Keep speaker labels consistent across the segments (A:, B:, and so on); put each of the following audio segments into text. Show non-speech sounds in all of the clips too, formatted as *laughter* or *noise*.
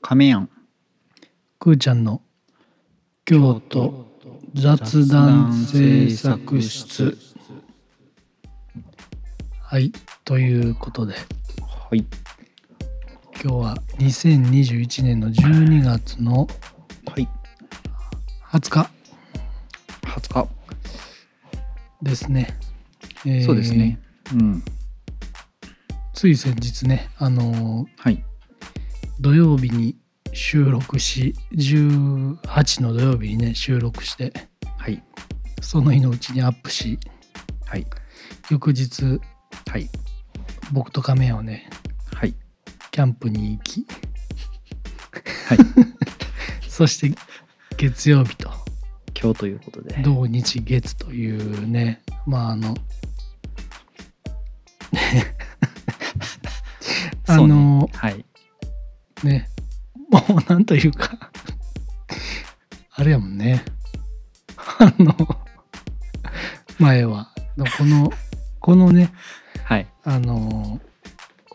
A: 亀やん
B: くーちゃんの京都雑談制作室はいということで
A: はい
B: 今日は2021年の12月の
A: はい
B: 20日
A: 20日、
B: ですね、えー
A: そうですねうん
B: つい先日ねあのー
A: はい
B: 土曜日に収録し18の土曜日にね収録して
A: はい
B: その日のうちにアップし
A: はい
B: 翌日
A: はい
B: 僕と亀をね
A: はい
B: キャンプに行き
A: はい
B: *laughs* そして月曜日と
A: 今日ということで
B: 同日月というねまああのあ
A: そうね
B: の
A: はい
B: ねもうなんというか *laughs* あれやもんねあの前はでもこのこのね
A: はい
B: あの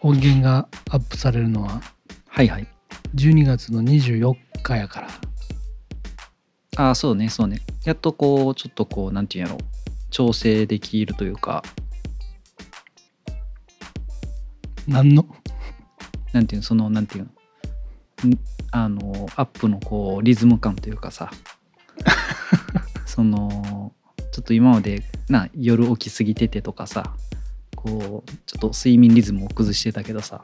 B: 音源がアップされるのは
A: はいはい
B: 12月の24日やから
A: ああそうねそうねやっとこうちょっとこうなんていうんやろ調整できるというか
B: 何の
A: なんていうのそのなんていうのんあのアップのこうリズム感というかさそのちょっと今までな夜起きすぎててとかさこうちょっと睡眠リズムを崩してたけどさ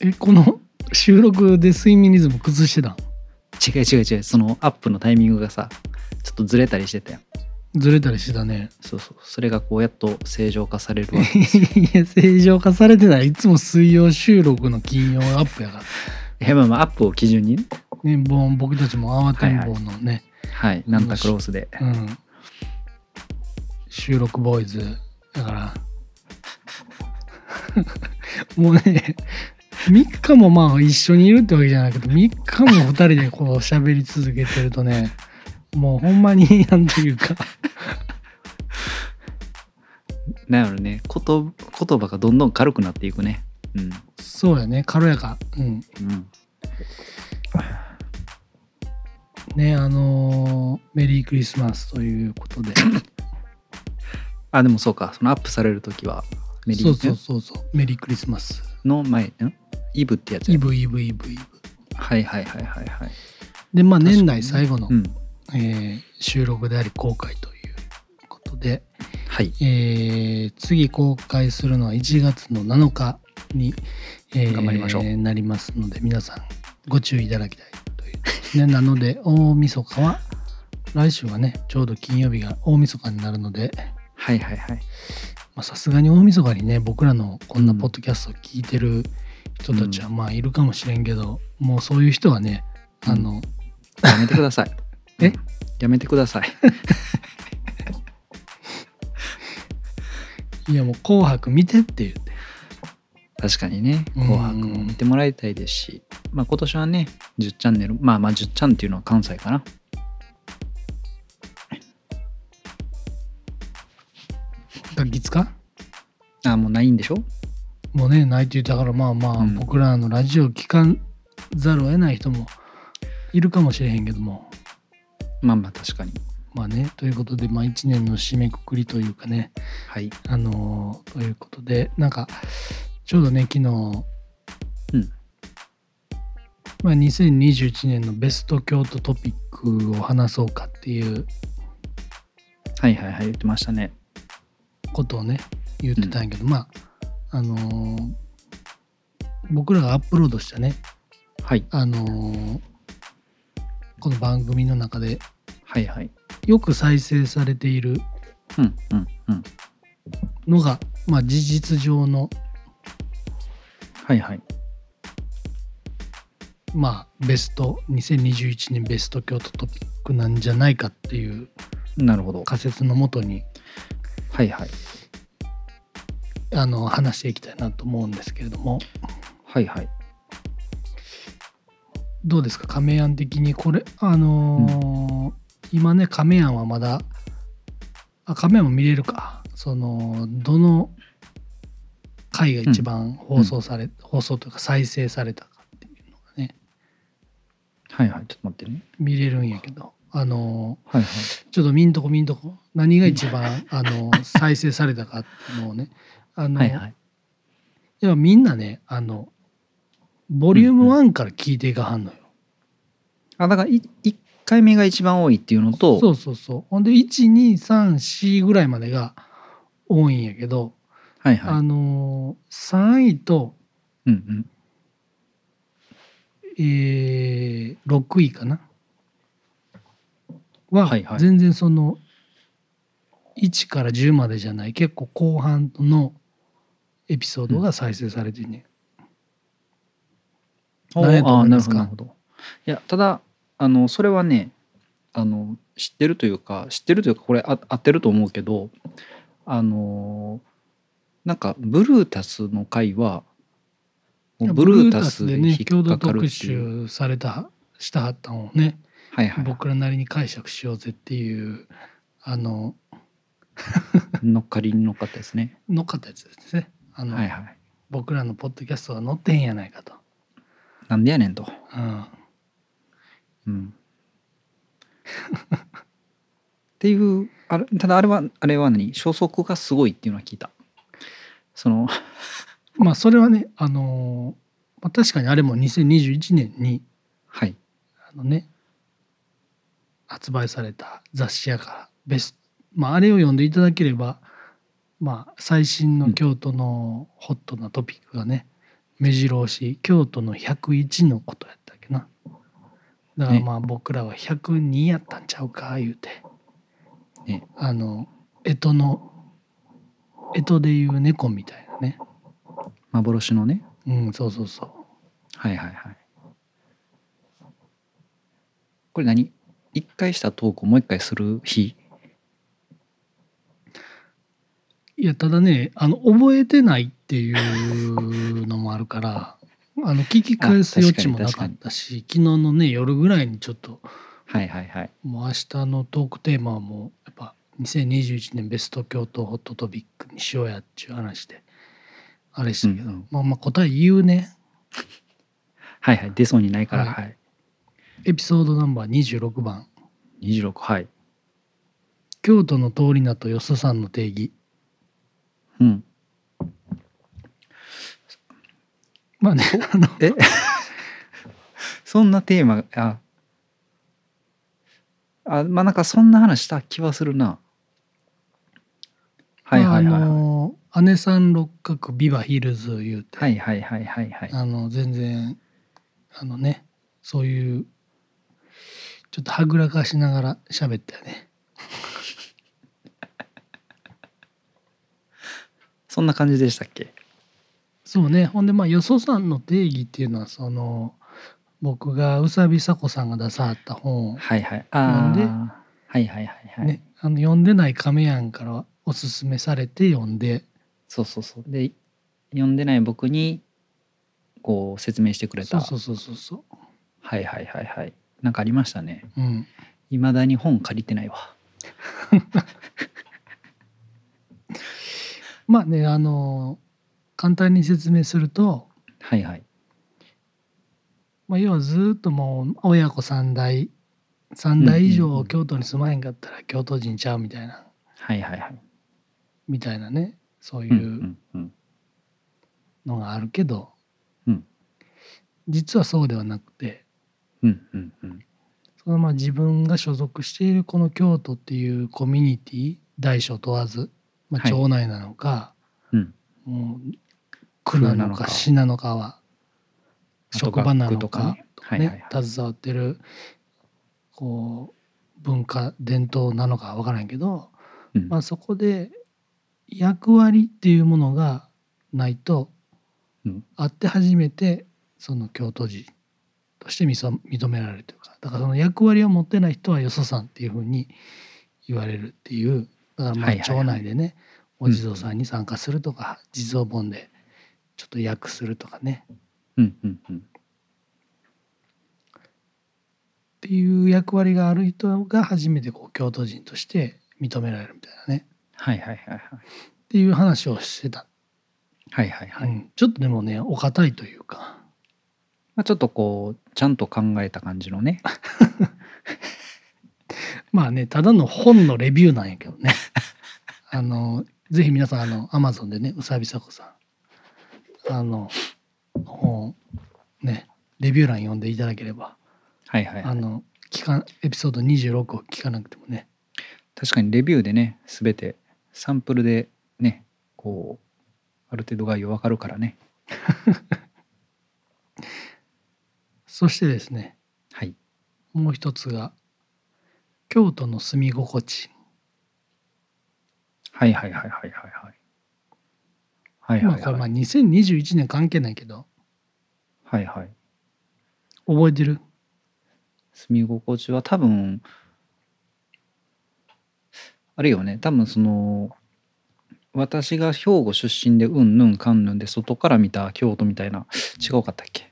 B: えこの収録で睡眠リズム崩してたん
A: 違う違う違うそのアップのタイミングがさちょっとずれたりしてたやん
B: ずれたりしてたね
A: そうそうそれがこうやっと正常化されるわけ
B: *laughs* いや正常化されてないいつも水曜収録の金曜アップやから
A: いやまあまあアップを基準に
B: ねぼん僕たちも慌てんぼうのね、
A: はいナンタクロースで
B: うん収録ボーイズだから *laughs* もうね3日もまあ一緒にいるってわけじゃないけど3日も2人でこう喋り続けてるとねもうほんまに *laughs* なんていうか
A: なんやろねこと言葉がどんどん軽くなっていくねうん
B: そうやね軽やかうん
A: うん
B: ねあのーメリークリスマスということで
A: あでもそうかそのアップされる時はメリ
B: そうそう
A: ー
B: そうそうメリークリスマス
A: の前んイブってやつや
B: イブイブイブイブ
A: はいはいはいはいはい
B: でまあ
A: 確かに
B: 年内最後の、
A: うん
B: えー収録であり公開ということで、
A: はい
B: えー次公開するのは1月の7日に、えー
A: 頑張りましょう
B: なりますので皆さんご注意いただきたいというですねなので大晦日は来週はねちょうど金曜日が大晦日になるので
A: はいはいはい
B: まあさすがに大晦日にね僕らのこんなポッドキャストを聞いてる人たちはまあいるかもしれんけど、もうそういう人はねあの、
A: やめてください
B: *laughs* え
A: うんやめてください
B: いやもう「紅白」見てって言って
A: 確かにね「
B: うん
A: 紅白」も見てもらいたいですし、まあ、今年はね10チャンネルまあまあ10チャンっていうのは関西かな
B: 楽器使う
A: あもうないんでしょ
B: もうねないって言ったからまあまあ、
A: うん
B: 僕らのラジオ聞かざるを得ない人もいるかもしれへんけども
A: まあまあ確かに
B: まあねということで、まあ、1年の締めくくりというかね
A: はい
B: あのーということでなんかちょうどね昨日、
A: うん
B: まあ、2021年のベスト京都トピックを話そうかっていう
A: はいはいはい言ってましたね
B: ことをね言ってたんやけど、まああのー僕らがアップロードしたね
A: はい
B: あのーこの番組の中で
A: はいはい
B: よく再生されている
A: うんうんうん
B: のが、まあ、事実上の、
A: はいはい
B: まあ、ベスト2021年ベスト京都トピックなんじゃないかっていう
A: なるほど
B: 仮説のもとに
A: はいはい
B: あの話していきたいなと思うんですけれども
A: はいはい
B: どうですか亀庵的にこれあのー今ね亀庵はまだあ亀庵も見れるかそのどの回が一番放送され、放送というか再生されたかっていうのがね
A: はいはいちょっと待ってね
B: 見れるんやけどあの
A: はいは
B: ちょっと見んとこ見んとこ何が一番あの再生されたかっていうのをねあ
A: い
B: の、
A: はいはい
B: 要はみんなねあのボリューム1から聞いていかはんのよ、
A: あだからい1回目が一番多いっていうのと
B: そうそうそうほんで1234ぐらいまでが多いんやけど、
A: はいはい
B: あの3位と、
A: うんうん
B: えー、6位かなは
A: はいはい
B: 全然その1から10までじゃない結構後半のエピソードが再生されてんね、
A: お
B: 何やと
A: あ
B: 思
A: あな
B: いま
A: る
B: す
A: ほ
B: か
A: どなるほどいやただあのそれはねあの知ってるというか知ってるというかこれあ合ってると思うけどあのなんかブルータスの回はもうブルータスで
B: ね
A: 引
B: 共
A: っ
B: 同
A: かかる
B: 特
A: っていう、
B: 集されたしたはったんをね
A: はいはい、
B: 僕らなりに解釈しようぜっていうあの
A: 乗っかりに乗っかったですね。
B: 乗っかったやつですねあの、
A: はいはい。
B: 僕らのポッドキャストが載ってへんやないかと、
A: なんでやねんと。
B: うん、
A: うん、 *laughs* っていうあれただあれはあれは何初速がすごいっていうのは聞いた。その
B: まあそれはねあのまあ、確かにあれも2021年に
A: はい
B: あのね発売された雑誌やからベスト、まあ、あれを読んでいただければ、まあ、最新の京都のホットなトピックがね、目白押し京都の101のことやったっけなだから
A: ね
B: まあ僕らは102やったんちゃうか言うて、
A: ね
B: あの干支の干支でいう猫みたいなね
A: 幻のね
B: うんそうそうそう
A: はいはいはい。これ何一回したトークをもう一回する日
B: いやただねあの覚えてないっていうのもあるから *laughs* あの聞き返す余地もなかったし昨日のね夜ぐらいにちょっと
A: はいはいはい。
B: もう明日のトークテーマはもうやっぱ2021年ベスト京都ホットトピックにしようやっていう話であれしたけど、
A: うんうん
B: まあまあ答え言うね
A: はいはい出そうにないから、
B: はい
A: はい、
B: エピソードナンバー26番
A: 26はい。
B: 「京都の通り名とよそさんの定義
A: うん。」
B: まあねあの
A: え *laughs* そんなテーマああまあなんかそんな話した気はするなはいはいはいは
B: あ
A: い
B: の姉さん六角ビバヒルズ言うて、
A: はいはいはいはいはい
B: あの全然あのねそういうちょっとはぐらかしながら喋ったよね
A: そんな感じでしたっけ
B: そうねほんでまあよそさんの定義っていうのはその僕がうさびさこさんが出さはった本を、ね
A: はいはいあ
B: なんで
A: あはいはいはいはい、
B: あの読んでない亀やんからおすすめされて読んで
A: そうそうそうで読んでない僕にこう説明してくれ
B: そ
A: た
B: うそうそうそうそ
A: はいはいはいはいなんかありましたね
B: ううん
A: いまだに本借りてないわ
B: まあねあの簡単に説明すると、
A: はいはい
B: まあ、要はずっともう親子三代三代以
A: うんうんう
B: 上
A: ん
B: 京都に住まへんかったら京都人ちゃうみたいな
A: はいはいはい
B: みたいなねそうい
A: うんう
B: ううん
A: うん
B: のがあるけど、
A: うん
B: 実はそうではなくて
A: うんうんうん
B: そのまあ自分が所属しているこの京都っていうコミュニティ大小問わず、まあ、
A: はい
B: 町内なのか、
A: うん
B: もう区な
A: な
B: の
A: の
B: か
A: か
B: 市なのかは
A: あと
B: 職場なの
A: 学区と
B: か
A: かねはい
B: ね
A: はいは
B: 携わってるこう文化伝統なのか分からんけど、
A: うん
B: まあ、そこで役割っていうものがないと、
A: うん
B: あって初めてその京都人としてみそ認められるというかだからその役割を持ってない人はよそさんっていうふうに言われるっていうだからま
A: は
B: あ
A: いはい
B: 町
A: はい
B: 内でねお地蔵さんに参加するとか、地蔵本でちょっと訳するとかね
A: うんうんうん
B: っていう役割がある人が初めてこう京都人として認められるみたいなね
A: はいはいはいはい
B: っていう話をしてた、
A: はいはいはい、
B: うんちょっとでもねお堅いというか
A: まああ、ちょっとこうちゃんと考えた感じのね
B: まあねただの本のレビューなんやけど
A: *laughs*
B: ねあのぜひ皆さんあのアマゾンでねうさびさこさんあの本ねレビュー欄読んでいただければ
A: はいはい
B: あの聞かエピソード26を聞かなくてもね
A: 確かにレビューでね全てサンプルでねこうある程度概要わかるからね
B: そしてですね
A: はい
B: もう一つが京都の住み心地
A: はいはいはいはいはいはいはい
B: まあ
A: はい
B: これま
A: は
B: あ
A: い
B: 2021年関係ないけど
A: はいはい
B: 覚えてる
A: 住み心地は多分あれよね多分その私が兵庫出身でうんぬんかんぬんで外から見た京都みたいな違うかったっけ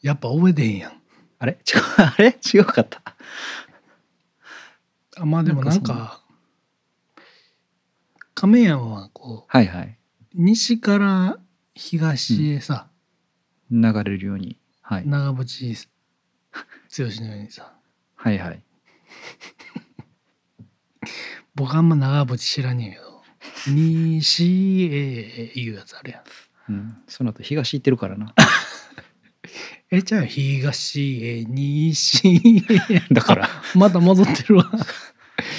B: やっぱ覚えてへんやん
A: あれ違う *laughs* あれ違うかった
B: あまあでもなんか
A: なん
B: 亀山はこ
A: はいはいう
B: 西から東へさ、
A: 流れるようにはい
B: 長渕剛のようにさ
A: はいはい
B: 僕あんま長渕知らんねんけど西へいうやつあるやん
A: うんその後東行ってるからな *laughs*
B: えじゃあ東へ西へ
A: だから
B: また戻ってるわ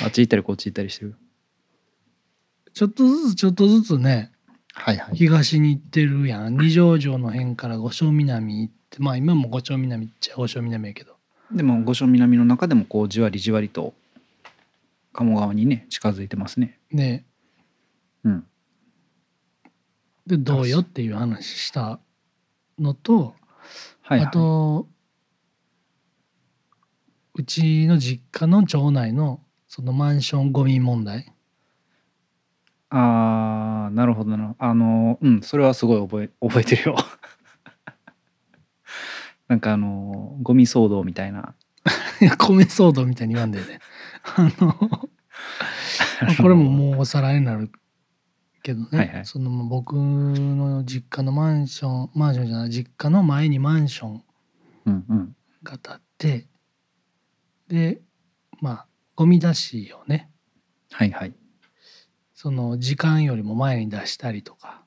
A: あっち行ったりこっち行ったりしてる
B: ちょっとずつちょっとずつね
A: はいは
B: 東に行ってるやん二条城の辺から五所南行ってまあ今も五所南っちゃ五所南やけど
A: でも五所南の中でもこうじわりじわりと鴨川にね近づいてますね
B: ね
A: うん
B: でどうよっていう話したのと、
A: はいはい
B: あとうちの実家の町内のそのマンションゴミ問題 *laughs*
A: あーなるほどなあのうんそれはすごい覚え覚えてるよ *laughs* なんかあのゴミ騒動みたいな
B: 米騒動みたいに言わんでね *laughs* あのこれももうおさらいになるけどね、
A: はいはい
B: その僕の実家のマンションマンションじゃない実家の前にマンション
A: うんうん
B: が建ってでまあゴミ出しをね
A: はいはい
B: その時間よりも前に出したりとか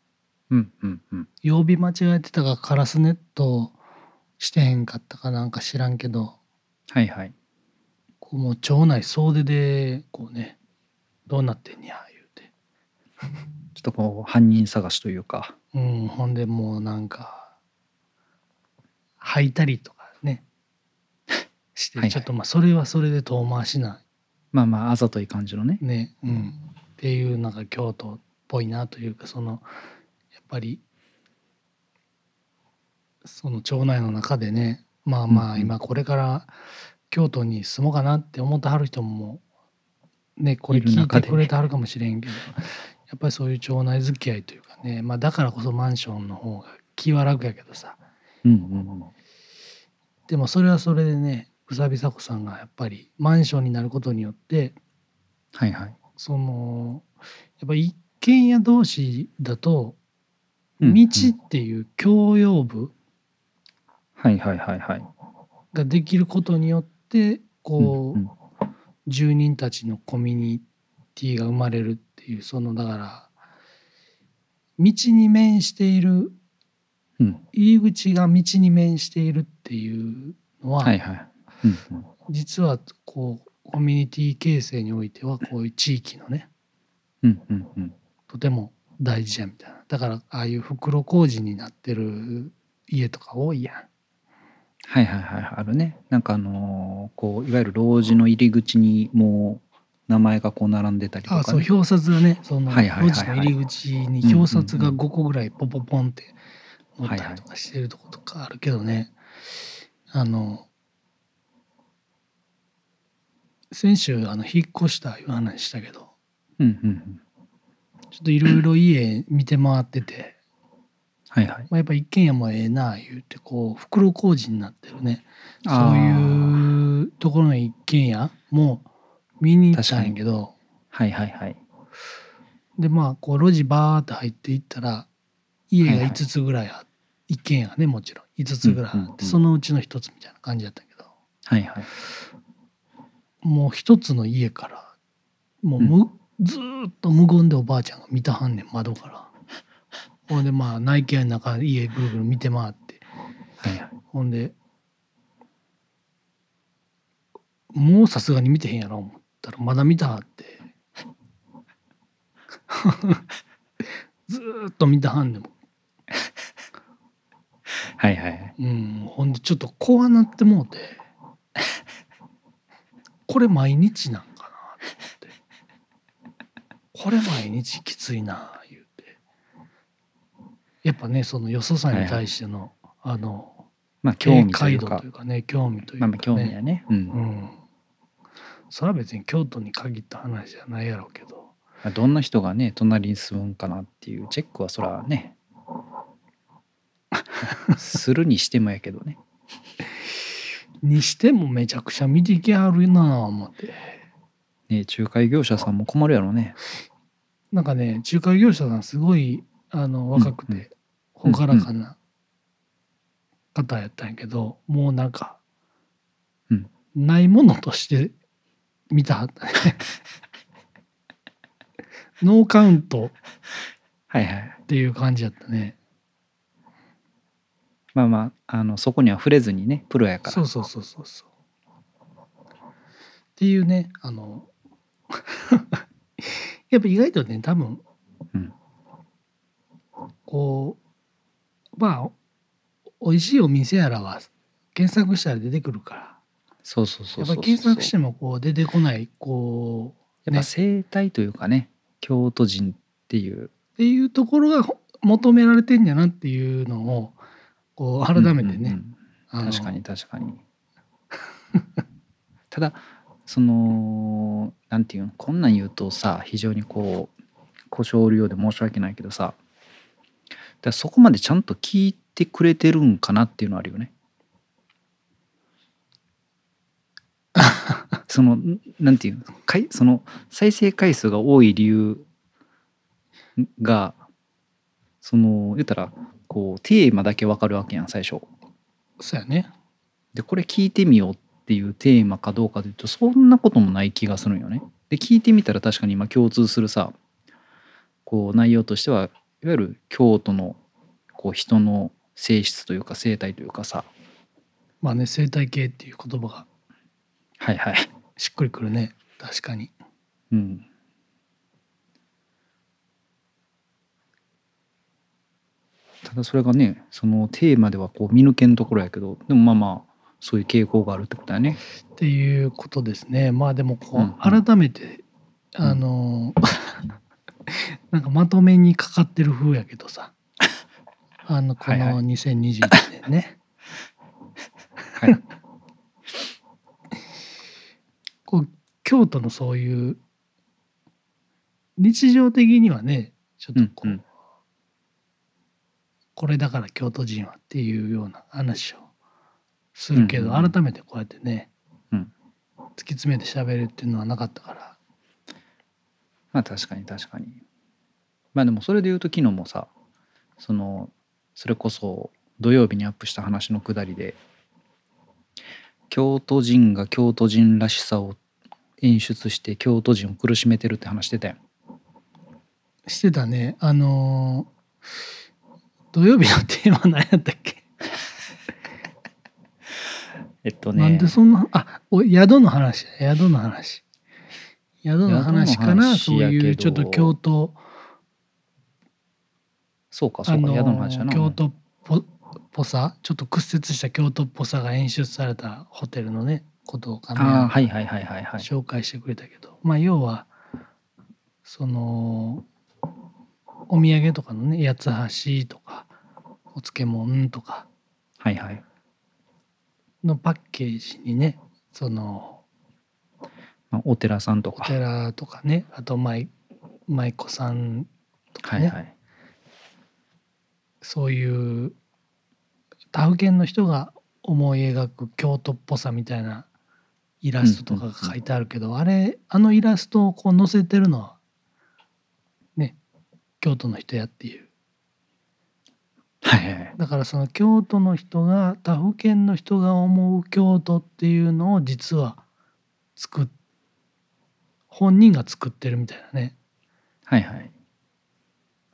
A: うんうんうん
B: 曜日間違えてたかカラスネットしてへんかったかなんか知らんけど
A: はいはい
B: こうもう町内総出でこうねどうなってんねや言うて
A: ちょっとこう犯人探しというか
B: うんほんでもうなんか履いたりとかね *laughs* して
A: はいはい
B: ちょっとまあそれはそれで遠回しな
A: まあまああざとい感じのね
B: ね、うん、っていうなんか京都っぽいなというかそのやっぱりその町内の中でねまあま
A: うん
B: あ
A: うん
B: 今これから京都に住もうかなって思ってはる人もねこれ
A: いる
B: 聞い
A: 中で
B: て
A: ね
B: くれてはるかもしれんけどやっぱりそういう町内付き合いというかね、まあ、だからこそマンションの方が気は楽やけどさ
A: うんうんうん
B: でもそれはそれでね宇佐美佐子さんがやっぱりマンションになることによって
A: はいはい
B: そのやっぱ一軒家同士だと
A: うん
B: 道
A: うん
B: っていう共用部
A: はいはいはいはい
B: ができることによってこ
A: うんうん
B: う住人たちのコミュニティが生まれるっていうそのだから道に面している
A: うん
B: 入り口が道に面しているっていうのは、
A: はいはいうんうん
B: 実はこうコミュニティ形成においてはこういう地域のね
A: うんうんうん
B: とても大事やみたいなだからああいう袋小路になってる家とか多いやん
A: はいはいはいあるねなんかあのーこういわゆる老人の入り口にもう名前がこう並んでたりとか、
B: あ
A: ね、
B: あそう表札がねその
A: はいはいはいはい
B: 路地の入り口に表札が5個ぐらいポポポンって載ったりとかしてるとことかあるけどねあの先週あの引っ越したいう話したけど
A: うんうんうん
B: ちょっといろいろ家見て回ってて、
A: はいはい
B: まあ、やっぱ一軒家もええなあ言うてこう袋小路になってるね
A: あ
B: そう
A: ー
B: いうところの一軒家も見に行ったんやけど
A: はいはいはい
B: でまあこう路地バーって入っていったら家が5つぐらいあっ一軒家がねもちろん5つぐらいあって、
A: うんうんうん
B: そのうちの1つみたいな感じだったけど
A: はいはい。
B: もう1つの家からもうむ、ずーっと無言でおばあちゃんが見たはんねん窓から。ほんでまあ内見の中家ぐるぐる見て回って
A: はいはい。
B: ほんでもうさすがに見てへんやろ思ったらまだ見たはって *laughs* ずーっと見たはんねん
A: はいはい。
B: うん、ほんでちょっと怖なってもうてこれ毎日なんかなと思ってこれ毎日きついな言うてやっぱねそのよそさに対しての、あの
A: まあ興
B: 警
A: 味とい
B: 戒
A: う
B: 度
A: か
B: とい。うかね興味という
A: ま
B: か、
A: あま
B: ね
A: あ興味やね。うん。
B: う
A: ま
B: ん、それは別に京都に限った話じゃないやろうけど
A: あどんな人がね、隣に住むんかなっていうチェックはそらね。するにしてもやけどね。
B: にしてもめちゃくちゃ見ていけはるなあ思って。
A: ね仲介業者さんも困るやろね。
B: なんかね仲介業者さんすごいあの若くて
A: うん
B: 朗らかな方やったんやけど、もうなんか、
A: うん
B: ないものとして見たはったね *laughs* ノーカウント
A: はいはい。
B: っていう感じやったね
A: まあまあ、あのそこには触れずにね、プロやから。
B: そうそうそうそうそうっていうねあの *laughs* やっぱ意外とね多分、
A: うん
B: こうまあお美味しいお店やらは検索したら出てくるから
A: そうそうそう
B: やっ
A: そう
B: ぱ
A: そう。
B: 検索してもこう出てこないこう、
A: やっ
B: ね、
A: ぱ
B: っ
A: 生態というかね京都人っていう
B: ていうところがほ求められてんやなっていうのをこう改めてね、
A: うんうん
B: あ
A: うん
B: の
A: 確かに確かに *laughs* ただそのなんていうのこんなん言うとさ非常にこう故障るようで申し訳ないけどさだからそこまでちゃんと聞いてくれてるんかなっていうのはあるよ
B: *laughs*
A: ねそのんなんていうのかいその再生回数が多い理由がその言ったらこうテーマだけわかるわけやん最初。
B: そうやね
A: でこれ聞いてみようっていうテーマかどうかというとそんなこともない気がするんよね。で聞いてみたら確かに今共通するさこう内容としてはいわゆる京都のこう人の性質というか生態というかさ
B: まあね生態系っていう言葉が
A: はいはい、
B: しっくりくるね確かに
A: うん、ただそれがねそのテーマではこう見抜けんところやけどでもまあまあそういう傾向があるってことだね。
B: っていうことですねまあでもこう、
A: うんうん
B: 改めて
A: うん
B: あの、 *laughs* なんかまとめにかかってる風やけどさあのこ
A: はいは
B: の2021年ね、 *laughs*
A: はい、
B: こう京都のそういう日常的にはねちょっ
A: う
B: と
A: ん
B: こ
A: う
B: う、
A: ん
B: これだから京都人はっていうような話をするけど、
A: うんうんうん
B: 改めてこうやってね、
A: うん
B: 突き詰めて喋るっていうのはなかったから
A: まあ確かに確かに。まあでもそれで言うと昨日もさそのそれこそ土曜日にアップした話のくだりで京都人が京都人らしさを演出して京都人を苦しめてるって話してたやん。
B: してたねあのー土曜日のテーマ何やったっけ、
A: えっと
B: なんでそんなあお宿の話や宿の話宿の話かな
A: 宿
B: そ
A: の
B: う
A: 話やけど
B: いうちょっと京都
A: そうかそ
B: あ
A: うか、
B: の
A: 宿の話や
B: ー
A: な。
B: 京都っぽっぽさちょっと屈折した京都っぽさが演出されたホテルのねことをか
A: ああ
B: な
A: はいはいはいはいはい。
B: 紹介してくれたけど、まあ要はそのお土産とかのね八つ橋とかお漬物とか
A: はいはい。
B: のパッケージにねその
A: まあ、お寺さんと
B: お
A: か。
B: 寺とかねあと舞舞妓さんとか
A: は
B: ね、
A: いはい。
B: そういう他府県の人が思い描く京都っぽさみたいなイラストとかが書いてあるけど、あれあのイラストをこう載せてるのはね京都の人やっていう
A: はいはいはい
B: だからその京都の人が他府県の人が思う京都っていうのを実は作っ本人が作ってるみたいなね
A: はいはい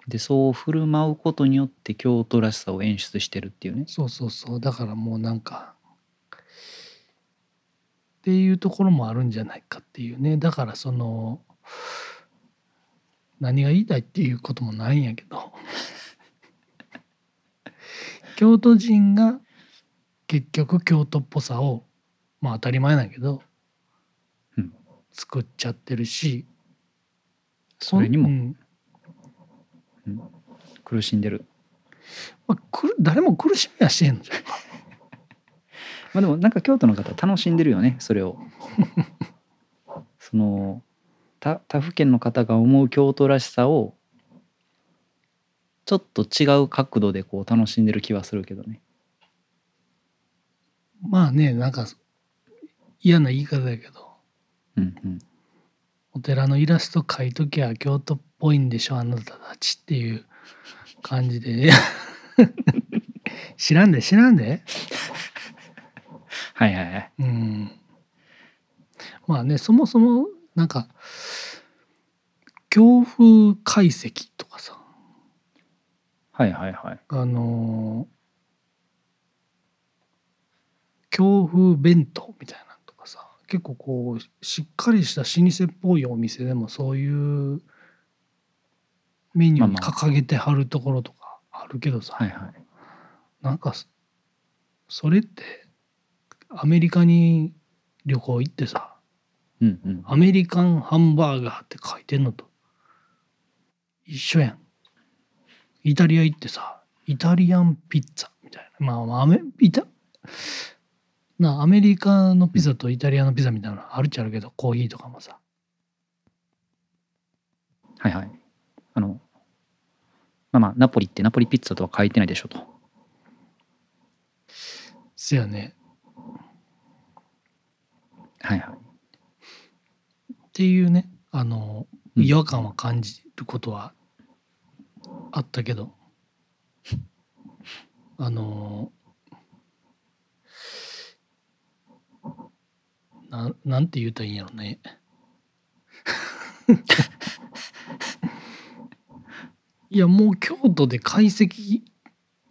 A: でそう振る舞うことによって京都らしさを演出してるっていうね
B: そうそうそうだからもうなんかっていうところもあるんじゃないかっていうねだからその何が言いたいっていうこともないんやけ
A: *laughs*
B: ど京都人が結局京都っぽさをまあ当たり前なんやけど、
A: うん
B: 作っちゃってるし
A: それに
B: う
A: も
B: ん
A: 苦しんでる、
B: まあ、くる誰も苦しみはしてんのじゃん
A: まあでもなんか京都の方楽しんでるよねそれをその他他府県の方が思う京都らしさをちょっと違う角度でこう楽しんでる気はするけどね
B: まあねなんか嫌な言い方だけど
A: うんうん
B: お寺のイラスト描いときゃ京都っぽいんでしょあなたたちっていう感じで *laughs* 知らんで知らんで
A: はいはいはい
B: うんまあねそもそもなんか強風解析とかさ
A: はいはいはい
B: あのー強風弁当みたいなのとかさ結構こうしっかりした老舗っぽいお店でもそういうメニュ
A: ま
B: ーに
A: あまあ
B: 掲げてはるところとかあるけどさ、
A: はいはい
B: なんかそそれってアメリカに旅行行ってさ
A: うんうん
B: 「アメリカンハンバーガー」って書いてんのと一緒やんイタリア行ってさ「イタリアンピッツァ」みたいなまあまあアメイタなアメリカのピザとイタリアのピザみたいなのあるっちゃあるけどコーヒーとかもさ
A: はいはいあのまあまあナポリってナポリピッツァとは書いてないでしょと
B: せやね
A: はいはい
B: っていうねあの
A: うん
B: 違和感は感じることはあったけど、 *laughs* あのななんて言うたらいいんやろね *laughs* いやもう京都で懐石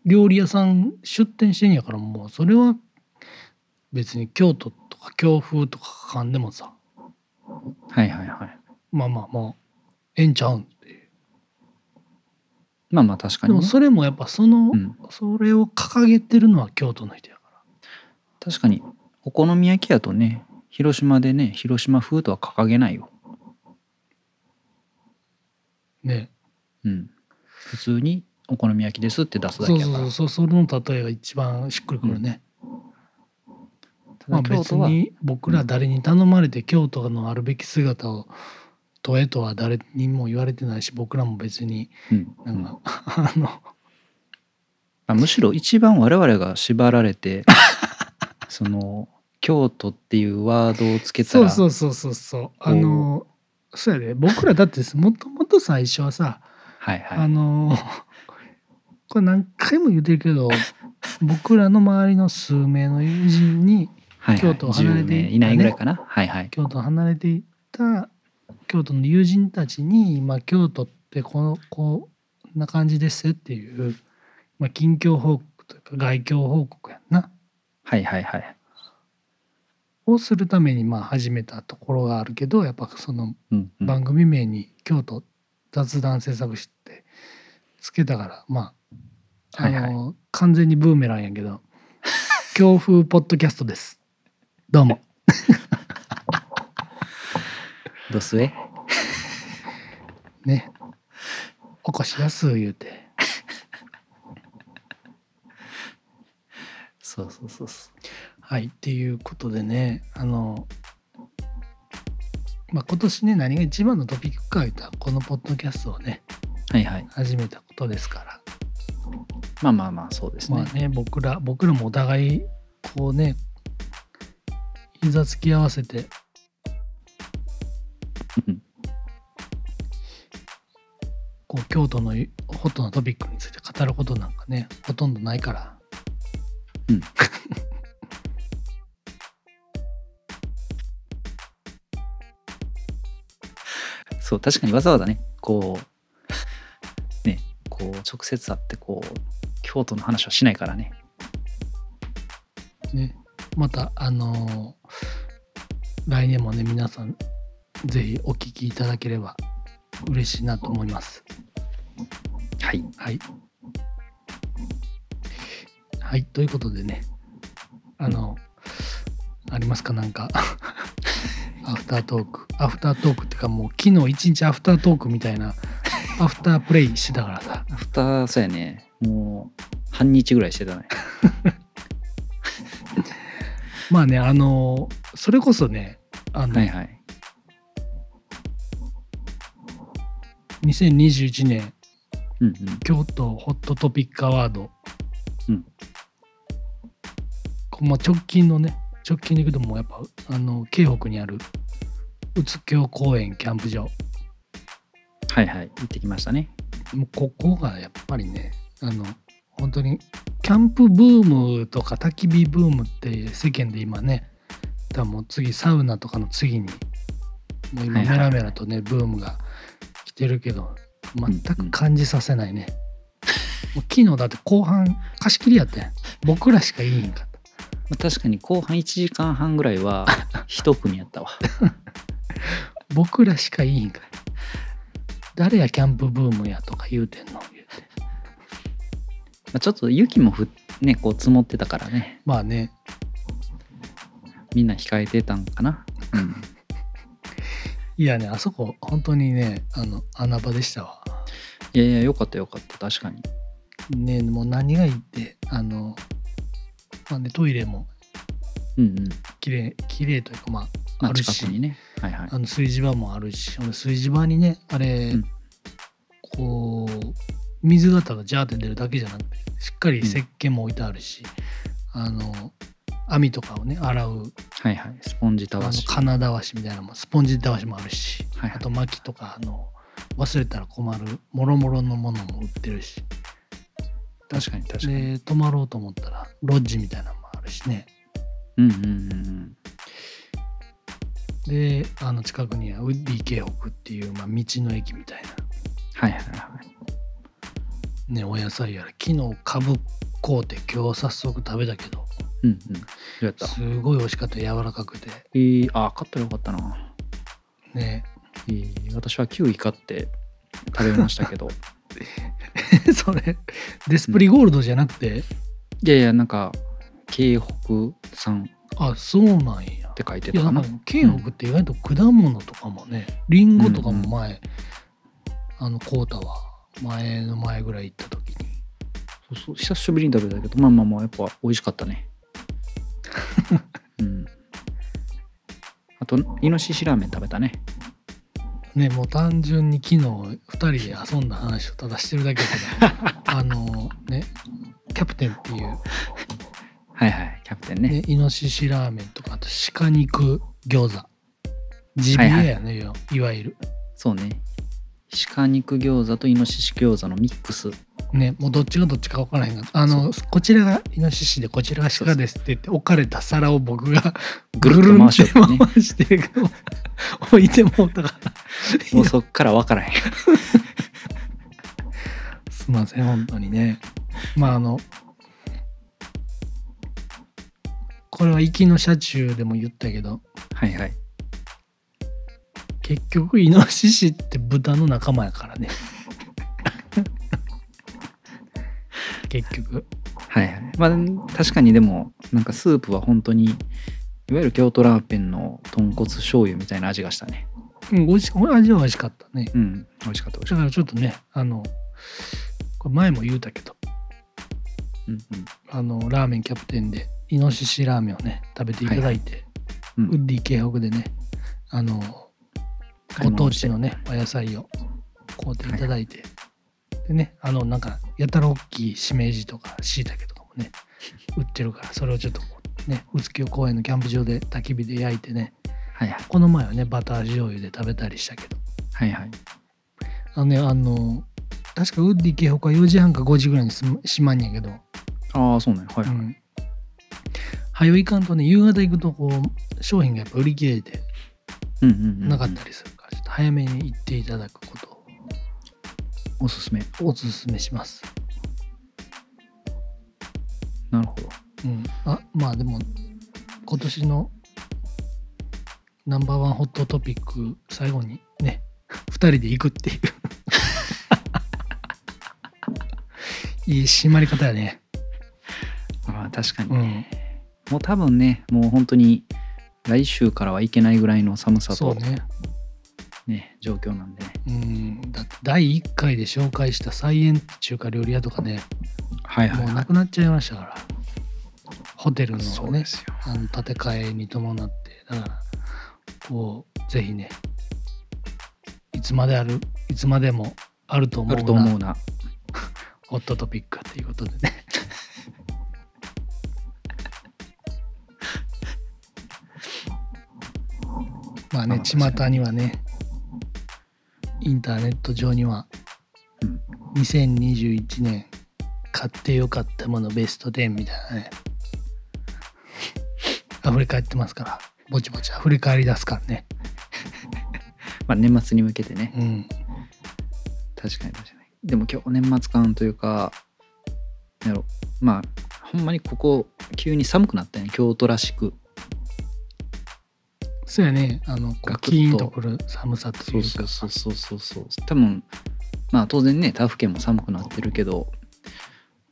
B: 料理屋さん出店してんやからもうそれは別に京都とか京風とかかかんでもさ
A: はいはいはい
B: まあまあまあええんちゃうんっていう
A: まあまあ確か
B: で
A: に、
B: も
A: ね
B: それもやっぱその、
A: うん、
B: それを掲げてるのは京都の人やから
A: 確かにお好み焼きやとね広島でね広島風とは掲げないよ、
B: ね
A: うん、普通にお好み焼きですって出す
B: そ
A: だ
B: う
A: け
B: そ
A: や
B: う
A: から
B: そうそうその例えが一番しっくりくるね、
A: た
B: まあ
A: だ京
B: 別
A: 都は、
B: に僕ら誰に頼まれて京都のあるべき姿を問えとは誰にも言われてないし僕らも別に
A: うんう
B: なんん
A: ま
B: か、あの
A: あ、むしろ一番我々が縛られ
B: *laughs*
A: てその京都っていうワードをつけた
B: そう
A: ら
B: そうそうそうそうあのそうやで僕らだってもともと最初はさ
A: はいはい
B: あのーこれ何回も言ってる
A: *laughs*
B: けど僕らの周りの数名の友人に
A: はいはい
B: 京都を離れていった
A: 10
B: ね
A: 名いないぐらいかなはいはい
B: 京都を離れていった京都の友人たちに今京都ってこのこんな感じですっていう、まあ、近況報告というか外況報告やんな
A: はいはいはい
B: をするためにまあ始めたところがあるけどやっぱその
A: うんうん
B: 番組名に京都雑談制作室ってつけたからまああの、
A: はい
B: 完全にブーメランやけ
A: *laughs*
B: ど「強風ポッドキャストです」どうも
A: どすえ
B: ねおこしやす言うて
A: そうそうそうそ
B: はいっていうことでねあのまあ今年ね何が一番のトピックか言ったらこのポッドキャストをね
A: うはいはい
B: 始めたことですから
A: まあまあまあそうですね、
B: まあね僕ら僕らもお互いこうね膝つき合わせて
A: うん
B: ここう京都のホットなトピックについて語ることなんかねほとんどないから
A: うんそう確かにわざわざねこうねこう直接会ってこう京都の話はしないからね
B: ねまたあのー来年もね皆さんぜひお聞きいただければ嬉しいなと思います
A: はい
B: はいはいということでねあの、ありますかなんか *laughs* アフタートークアフタートークっていうかもう昨日一日アフタートークみたいなアフタープレイしてたからさ
A: アフターそうやねもう半日ぐらいしてた
B: *laughs*
A: ね
B: まあねあのーそれこそねあの、
A: はいはい
B: 2021年
A: うん
B: 京都ホットトピックアワード、
A: うん
B: こうまあ、直近のね直近で行くともうやっぱあの京北にある宇津京公園キャンプ場
A: はいはい行ってきましたね
B: もうここがやっぱりねあの本当にキャンプブームとか焚き火ブームって世間で今ね多分もう次サウナとかの次にもう今
A: は
B: メ
A: いはいは
B: ラ
A: い
B: メラとね、ブームが来てるけど全
A: うんう
B: く
A: ん
B: 感じさせないね、もう昨日だって後半貸し切りやってん僕らしかいいんかった
A: まあ確かに後半1時間半ぐらい
B: *laughs*
A: は一組やったわ
B: 僕らしかいいんかった誰やキャンプブームやとか言うてんの言うて
A: まあちょっと雪もふっねこう積もってたからね
B: まあね
A: みんな控えてたんかなうん
B: いやねあそこ本当にねあの穴場でしたわ
A: いやいやよかったよかった確かに
B: ねもう何がいいってあの、まあね、トイレも
A: うんうん
B: 綺麗綺麗というか、まあ、
A: ま
B: あ
A: あ
B: るし
A: 近くにねはいはい
B: あの炊事場もあるしほんで炊事場にねあれ、
A: うん
B: こう水がただジャーって出るだけじゃなくてしっかり石鹸も置いてあるし、あの網とかをね洗う
A: はいはいスポンジ
B: あ
A: た
B: の
A: わし
B: 金だわしみたいなのもスポンジだわしもあるし、
A: はいはい
B: あと薪とかあの忘れたら困るもろもろのものも売ってるし
A: 確かに確かに
B: で泊まろうと思ったらロッジみたいなのもあるしね
A: うんうんうん
B: であの近くにはウッディ京北っていう、まあ、道の駅みたいな、
A: はいはいはい
B: ね、お野菜やら昨日かぶこうて今日早速食べたけど
A: うんうんどうやった
B: すごい美味しかった柔らかくて
A: えー、あ買ったらよかったな、
B: ね *laughs*
A: えー私はキウイ買って食べましたけど
B: それデスプリゴールドじゃなくて、
A: いやいやなんか京北産っ
B: あそうなんや
A: て書いて
B: い
A: た
B: や
A: か
B: な
A: なん
B: か京北って意外と果物とかもねりんごとかも前、あのコータは前の前ぐらい行った時に
A: そうそう久しぶりに食べたけどまあまあまあやっぱ美味しかったねうんあとイノシシラーメン食べたね
B: ねもう単純に昨日2人で遊んだ話をただしてるだけだけ
A: *laughs*
B: どあのねキャプテンっていう、
A: はいはいキャプテンね
B: ね、イノシシラーメンとかあと鹿肉餃子ジビエやね、いわゆる
A: そうね鹿肉餃子とイノシシ餃子のミックス
B: ねもうどっちがどっちか分からへんがあのこちらがイノシシでこちらが鹿ですって言って置かれた皿を僕が
A: ぐるっと回しよってね
B: ぐるんと回して *laughs* 置いてもうたから
A: もうそっから分からへん
B: すいません本当にねまああのこれは行きの車中でも言ったけど
A: はいはい
B: 結局イノシシって豚の仲間やからね *laughs* 結局
A: はいはいまあ確かにでもなんかスープは本当にいわゆる京都ラーメンの豚骨醤油みたいな味がしたね
B: うん美味しこれ味は美味しかったね
A: うん美味しかった美味しか
B: だからちょっとねあのこれ前も言うたけど
A: ったうんうん
B: あのラーメンキャプテンでイノシシラーメンをね食べていただいて、
A: はいうん
B: ウッディ京北でねあの
A: 買い
B: ご
A: 物
B: 当
A: をして
B: 地のねお野菜を買うていただいて、でねあのなんかやたら大きいしめじとかしいたけとかもね売ってるからそれをちょっとこうね宇津京公園のキャンプ場で焚き火で焼いてね
A: はいはい
B: この前はねバター醤油で食べたりしたけど
A: はいはい
B: あのねあの確かウッディ警報が4時半か5時ぐらいにすま閉まんねんけど、
A: ああそうなんやはいうはい、
B: ん、早いかんとね夕方行くとこう商品がやっぱ売り切れて
A: うん、うんうんうん
B: なかったりするから、ちょっと早めに行っていただくことを
A: おすすめ
B: おすすめします。
A: なるほど
B: うん、あまあでも今年のナンバーワンホットトピック最後にね2 *laughs* 人で行くっ
A: *laughs*
B: ていういい締まり方やね。
A: ああ確かに、
B: うん、
A: もう多分ねもう本当に来週からはいけないぐらいの寒さ
B: そう
A: と
B: ね、
A: ね状況なんでね
B: うん、だって第1回で紹介した菜園中華料理屋とかね
A: はいはい
B: もう
A: は
B: ないくなっちゃいましたからホテルの
A: そう
B: ね
A: ですよ
B: あの建て替えに伴ってだからこうぜひねいつまであるいつまでもあると思
A: あ
B: う
A: ると思う
B: な
A: な
B: ホットトピックということで
A: *laughs*
B: ねまあね
A: まあ
B: 巷にはねインターネット上には
A: うん
B: 2021年買ってよかったものベスト10みたいなね溢れ返ってますからぼちぼち溢れ返り出すからね
A: まあ年末に向けてね
B: うん
A: 確かに確かにでも今日年末感というかなんやろまあほんまにここ急に寒くなったね京都らしく
B: そうやねあのこ
A: ガ
B: う
A: クッと
B: キーンとくる寒さというか
A: うそうそうそう多分まあ当然ね他府県も寒くなってるけど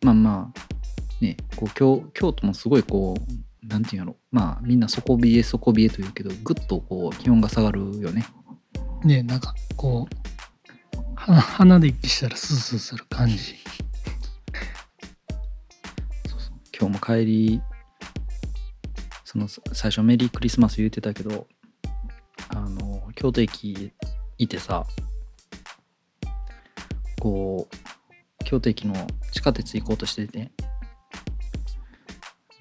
A: まあまあねこう京京都もすごいこうなんていうんやろまあみんな底冷え底冷えというけどぐっとこう気温が下がるよね
B: ねなんかこうは鼻で息したらスースーする感じ
A: 今日も帰りその最初メリークリスマス言ってたけどあの京都駅いてさこう京都駅の地下鉄行こうとしてて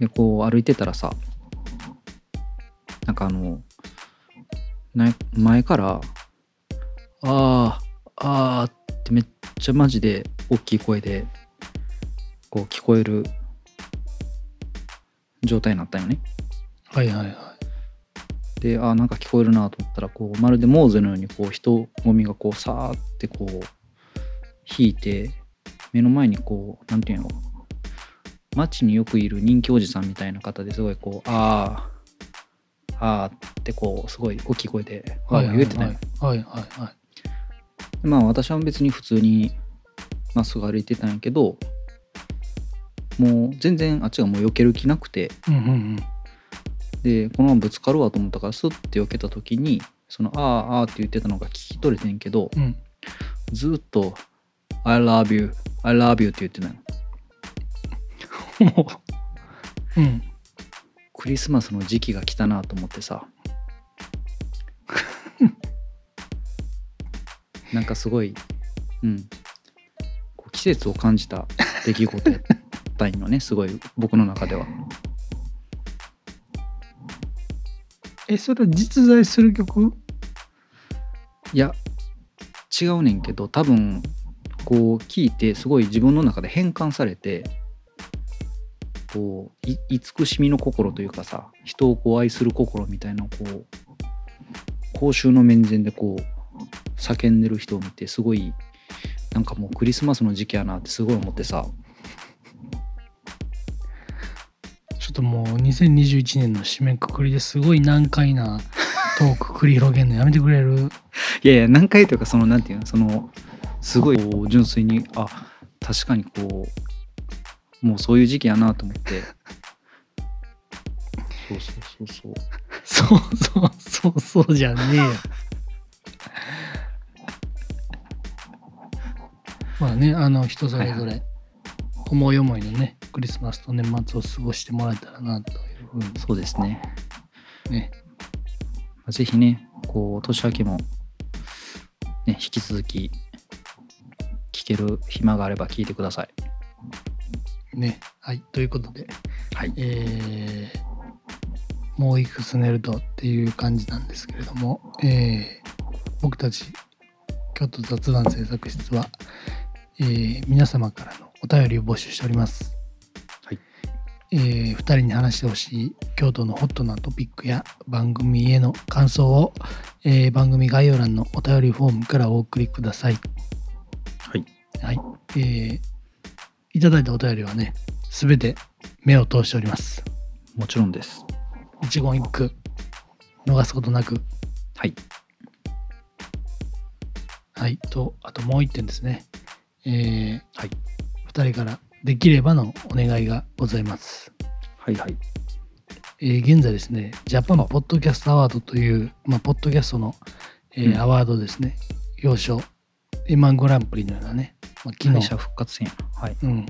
A: でこう歩いてたらさなんかあのな前から「あーあー」ってめっちゃマジで大きい声でこう聞こえる状態になったよね。
B: はいはいは
A: であなんか聞こえるなと思ったらこうまるでモーゼのようにこう人混みがこうさーってこう引いて目の前にこうなんていうの街によくいる人気おじさんみたいな方ですごいこうあーあーってこうすごい大きい声でわーわー言えてたよ、
B: はいはいはいはい
A: でまあ私は別に普通にまっすぐ歩いてたんやけどもう全然あっちがもう避ける気なくて
B: うんうんうん
A: でこのままぶつかるわと思ったからスッて避けた時にその「あーあー」って言ってたのが聞き取れてんけど
B: うん
A: ずーっと「I love you I love you」って言ってないの
B: もううん
A: クリスマスの時期が来たなと思ってさ *laughs* なんかすごいうんこう季節を感じた出来事やったんよねすごい僕の中では
B: えそれは実在する曲
A: いや違うねんけど多分こう聞いてすごい自分の中で変換されてこうい慈しみの心というかさ人をこう愛する心みたいなこう公衆の面前でこう叫んでる人を見てすごいなんかもうクリスマスの時期やなってすごい思ってさ
B: ちょっともう2021年の締めくくりですごい難解なトーク繰り広げるのやめてくれる
A: いやいや何回というかそのなんていうのそのすごいこう純粋にあ確かにこうもうそういう時期やなと思ってそうそうそうそう
B: そうそうそうそうじゃねえよ。まあねあの人それぞれ思い思いのねクリスマスと年末を過ごしてもらえたらなというふうに
A: そうですね
B: ね
A: ぜひねこう年明けも、ね、引き続き聞ける暇があれば聞いてください
B: ねはいということで、
A: はい
B: えーもういくつ寝るとっていう感じなんですけれども、えー僕たち京都雑談制作室は、えー皆様からのお便りを募集しております。
A: はい
B: え2人に話してほしい京都のホットなトピックや番組への感想を、えー番組概要欄のお便りフォームからお送りください。
A: はい。
B: はい。えーいただいたお便りはね、すべて目を通しております。
A: もちろんです。
B: 一言一句、逃すことなく。
A: はい。
B: はい。と、あともう一点ですね。えー
A: はい。
B: 2人からできればのお願いがございます。
A: はいはい。
B: えー現在ですね、ジャパンポッドキャストアワードという、まあ、ポッドキャストの、えー
A: うん
B: アワードですね、表彰、M1 グランプリのようなね、まあ、昨
A: 会
B: 日
A: 社、復活戦やな。はい。
B: うん。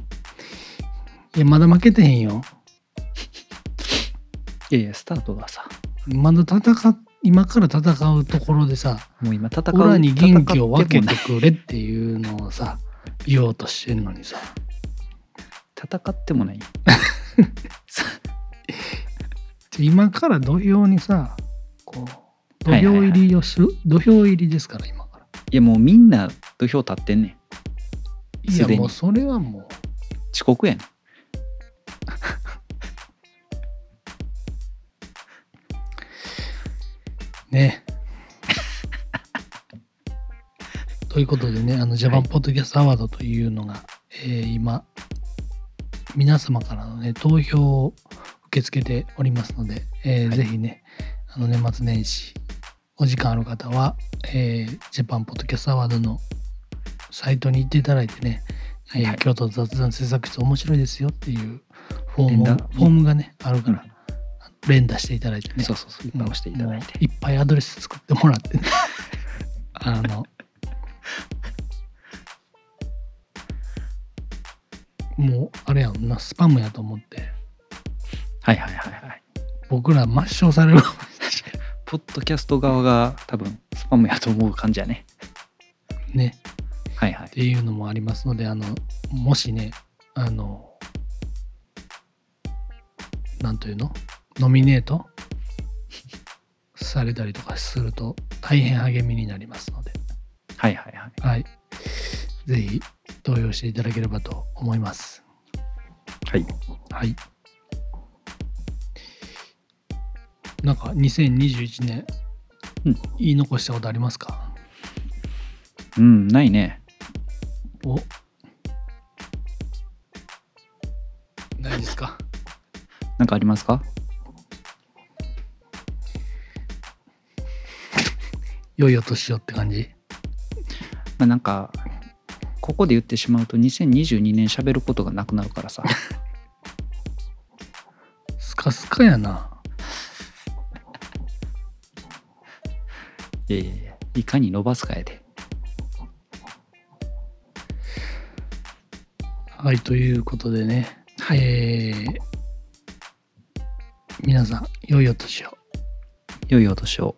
B: いや、まだ負けてへんよ。
A: いやいや、スタートがさ、
B: まだ戦っ、今から戦うところでさ、
A: もう今戦う。
B: オラに元気を分け
A: 戦
B: て
A: っ
B: くれっていうのをさ、言おうとしてるのにさ、
A: 戦ってもない。さ
B: ちょ今から土俵にさ、こう、土
A: はいはいは
B: 俵
A: い
B: 入りをする、土俵入りですから、今から。
A: いやもうみんな土俵立ってんねん。
B: い
A: す
B: や
A: でに
B: もうそれはもう
A: 遅刻やん。
B: ね。 *laughs* ということでね、あの、ジャパンポッドキャストアワードというのが、えー今、皆様からのね、投票を受け付けておりますので、えー
A: はい
B: ぜひね、あの、年末年始、お時間ある方は、えージャパンポッドキャストアワードのサイトに行っていただいてね、
A: は
B: えー
A: いはい
B: 京都雑談制作室面白いですよっていうフォーム
A: 連
B: を
A: 打
B: フォームがね、あるか
A: うん
B: ら、連打していただいてね。
A: そうそうそう。いっぱい押していただいて。
B: いっぱいアドレス作ってもらってねあのもうあれやんなスパムやと思って
A: はいはいはいはい。
B: 僕ら抹消される
A: ポッドキャスト側が多分スパムやと思う感じやね。
B: ね
A: はいはい
B: っ。ていうのもありますのであのもしねあのなんというのノミネートされたりとかすると大変励みになりますので
A: はいはいはい。
B: はい。ぜひ投票していただければと思います。
A: はい。
B: はい。なんか2021年、
A: うん
B: 言い残したことありますか
A: うん、ないね。
B: おないで
A: *laughs*
B: すか
A: なんかありますか
B: 良いお年をって感じ
A: まあ、なんかここで言ってしまうと2022年喋ることがなくなるからさ
B: スカスカやな。
A: *laughs* いやいやいやいかに伸ばすかやで
B: はい、ということでね、
A: は
B: えー皆さん、良いお年を。
A: 良いお年を